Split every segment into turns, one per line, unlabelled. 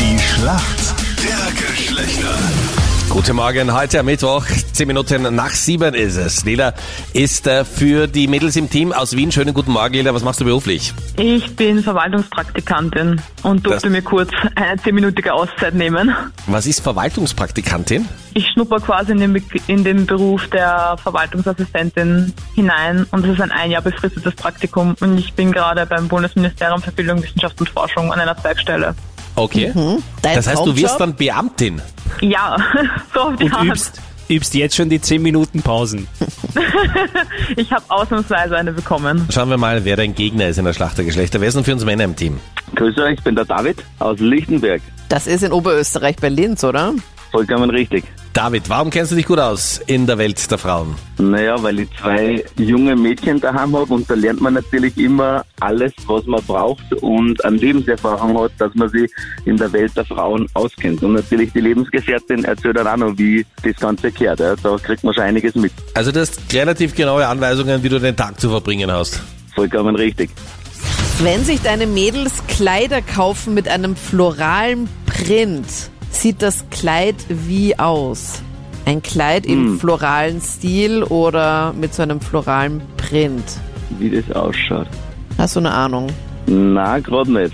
Schlacht der Geschlechter.
Guten Morgen, heute am Mittwoch, 10 Minuten nach 7 ist es. Lila ist äh, für die Mädels im Team aus Wien. Schönen guten Morgen, Lila. Was machst du beruflich?
Ich bin Verwaltungspraktikantin und durfte
Das-
mir kurz eine zehnminütige Auszeit nehmen.
Was ist Verwaltungspraktikantin?
Ich schnupper quasi in den, Be in den Beruf der Verwaltungsassistentin hinein und es ist ein ein Jahr befristetes Praktikum und ich bin gerade beim Bundesministerium für Bildung, Wissenschaft und Forschung an einer Zweigstelle.
Okay.
Dein
Das heißt, du
Traumjob?
wirst dann Beamtin
Ja, so auf die
und
Art.
übst, übst jetzt schon die 10 Minuten Pausen.
Ich habe ausnahmsweise eine bekommen.
Schauen wir mal, wer dein Gegner ist in der Schlacht der Geschlechter. Wer ist denn für uns Männer im Team?
Grüß euch, ich bin der David aus Lichtenberg.
Das ist in Oberösterreich bei Linz, oder?
Vollkommen richtig.
David, warum kennst du dich gut aus in der Welt der Frauen?
Naja, weil ich zwei junge Mädchen daheim habe und da lernt man natürlich immer alles, was man braucht und an Lebenserfahrung hat, dass man sich in der Welt der Frauen auskennt. Und natürlich die Lebensgefährtin erzählt dann auch noch, wie das Ganze kehrt. Ja. Da kriegt man schon einiges mit.
Also du hast relativ genaue Anweisungen, wie du den Tag zu verbringen hast.
Vollkommen richtig.
Wenn sich deine Mädels Kleider kaufen mit einem floralen Print, sieht das Kleid wie aus? Ein Kleid
Hm.
im floralen Stil oder mit so einem floralen Print?
Wie das ausschaut.
Hast du eine Ahnung?
Na, gerade nicht.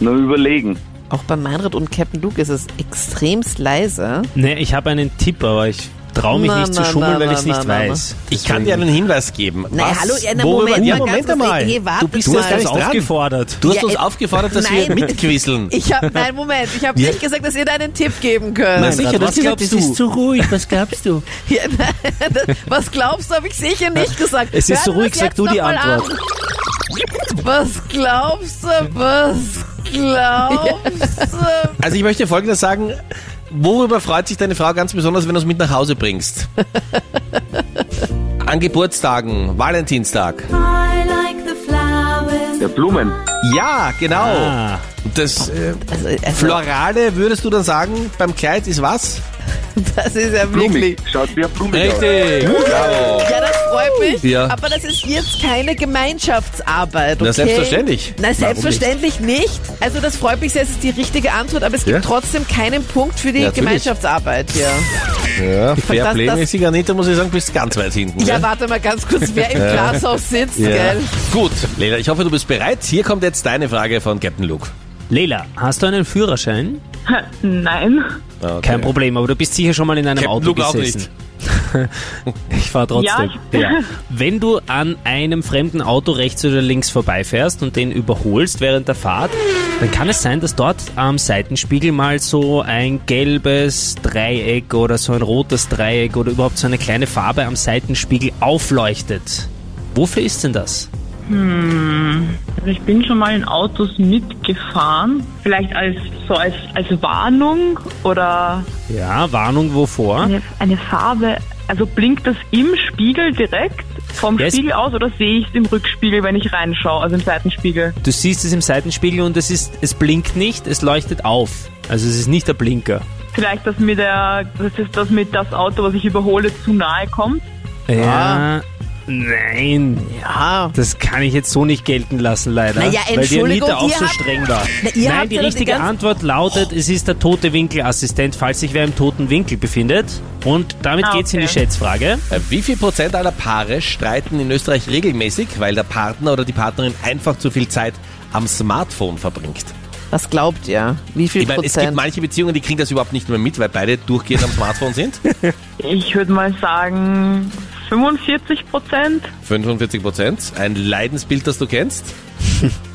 Nur überlegen.
Auch bei Meinrad und Captain Luke ist es extremst leise.
Ne, ich habe einen Tipp, aber ich traue mich
Na,
nicht
na,
zu schummeln,
na,
weil
na,
ich es
na,
nicht
na,
weiß.
Ich kann dir einen Hinweis geben.
Naja,
Was-
hallo, ja, na,
worüber-
Moment
ja,
mal,
Moment
ganz kurz,
einmal.
hey, warte
du bist
mal.
jetzt ganz
Du
aufgefordert.
aufgefordert.
Du hast
Ja,
uns
ich-
aufgefordert, dass wir
Nein.
mitquisseln.
Ich hab, nein, Moment, ich habe
Ja.
nicht gesagt, dass ihr da einen Tipp geben könnt.
Na sicher, das glaubst du.
ruhig, was glaubst du?
Ja, das- Was glaubst du, habe ich sicher nicht gesagt.
Es ist
Hör
so
dir das
ruhig, sag
jetzt
du die
noch mal
Antwort.
an. Was glaubst du, was glaubst du?
Also ich möchte Folgendes sagen. Worüber freut sich deine Frau ganz besonders, wenn du es mit nach Hause bringst? An Geburtstagen, Valentinstag.
I like the flowers.
Der Blumen.
Ja, genau.
Ah,
Das äh,
Also, also,
Florale, würdest du dann sagen, beim Kleid ist was?
also, das ist ja wirklich...
Blumig. Schaut wie ein Blumig aus.
Bravo.
Ja, das freut mich,
Ja.
aber das ist jetzt keine Gemeinschaftsarbeit, okay?
Na, selbstverständlich.
Na,
Warum
selbstverständlich nicht. Also das freut mich sehr, es ist die richtige Antwort, aber es gibt
Ja.
trotzdem keinen Punkt für die
Natürlich.
Gemeinschaftsarbeit hier.
Ja,
Fairplay-mäßig,
Anita, muss ich sagen, bist ganz weit hinten.
Ja, warte mal ganz kurz, wer im Glashaus sitzt,
Ja.
gell?
Gut, Lena, ich hoffe, du bist bereit. Hier kommt jetzt deine Frage von Captain Luke.
Leila, hast du einen Führerschein?
Nein.
Okay.
Kein Problem, aber du bist sicher schon mal in einem
Captain
Auto
Luke auch
gesessen. ich fahre trotzdem.
Ja,
Ja, Wenn du an einem fremden Auto rechts oder links vorbeifährst und den überholst während der Fahrt, dann kann es sein, dass dort am Seitenspiegel mal so ein gelbes Dreieck oder so ein rotes Dreieck oder überhaupt so eine kleine Farbe am Seitenspiegel aufleuchtet. Wofür ist denn das?
Also ich bin schon mal in Autos mitgefahren. Vielleicht als so als, als Warnung oder
Ja, Warnung wovor?
Eine, eine Farbe, also blinkt das im Spiegel direkt vom
Yes.
Spiegel aus oder sehe ich es im Rückspiegel, wenn ich reinschaue, also im Seitenspiegel?
Du siehst es im Seitenspiegel und es ist, es blinkt nicht, es leuchtet auf. Also es ist nicht der Blinker.
Vielleicht, dass mir der, das ist das mit das Auto, was ich überhole, zu nahe kommt.
Ja. Nein,
Ja,
das kann ich jetzt so nicht gelten lassen, leider.
Na ja,
weil die
Entschuldigung,
Anita auch
ihr
so
habt-
streng war.
Na, ihr
Nein,
habt
die
ja die
richtige
ganze-
Antwort lautet, es ist der tote Winkelassistent, falls sich wer im toten Winkel befindet. Und damit
Ah,
geht's in die
okay.
Schätzfrage.
Äh, Wie viel Prozent aller Paare streiten in Österreich regelmäßig, weil der Partner oder die Partnerin einfach zu viel Zeit am Smartphone verbringt?
was glaubt ihr? Wie viel
Ich meine, es gibt
Prozent?
manche Beziehungen, die kriegen das überhaupt nicht mehr mit, weil beide durchgehend am Smartphone sind.
Ich würde mal sagen 45 Prozent.
45 Prozent, ein Leidensbild, das du kennst.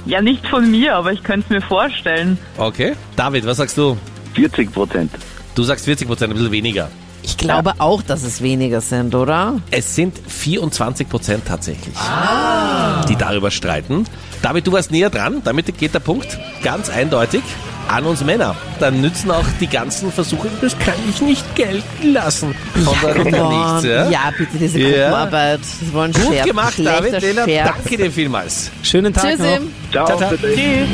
Ja, nicht von mir, aber ich könnte es mir vorstellen.
Okay. David, was sagst du?
40 Prozent.
Du sagst 40 Prozent, ein bisschen weniger.
Ich glaube auch, dass es weniger sind, oder?
Es sind 24 Prozent tatsächlich, die darüber streiten. David, du warst näher dran. Damit geht der Punkt ganz eindeutig an uns Männer. Dann nützen auch die ganzen Versuche, das kann ich nicht gelten lassen. Von der Ritter nichts. Ja?
ja, bitte diese
Ja.
Gruppenarbeit. Das war ein
Gut
Scherz,
gemacht,
schlechter
David. Lena,
Scherz.
danke dir vielmals.
Schönen Tag
Tschüss,
noch.
Im.
Ciao.
Ciao, ciao.
bitte.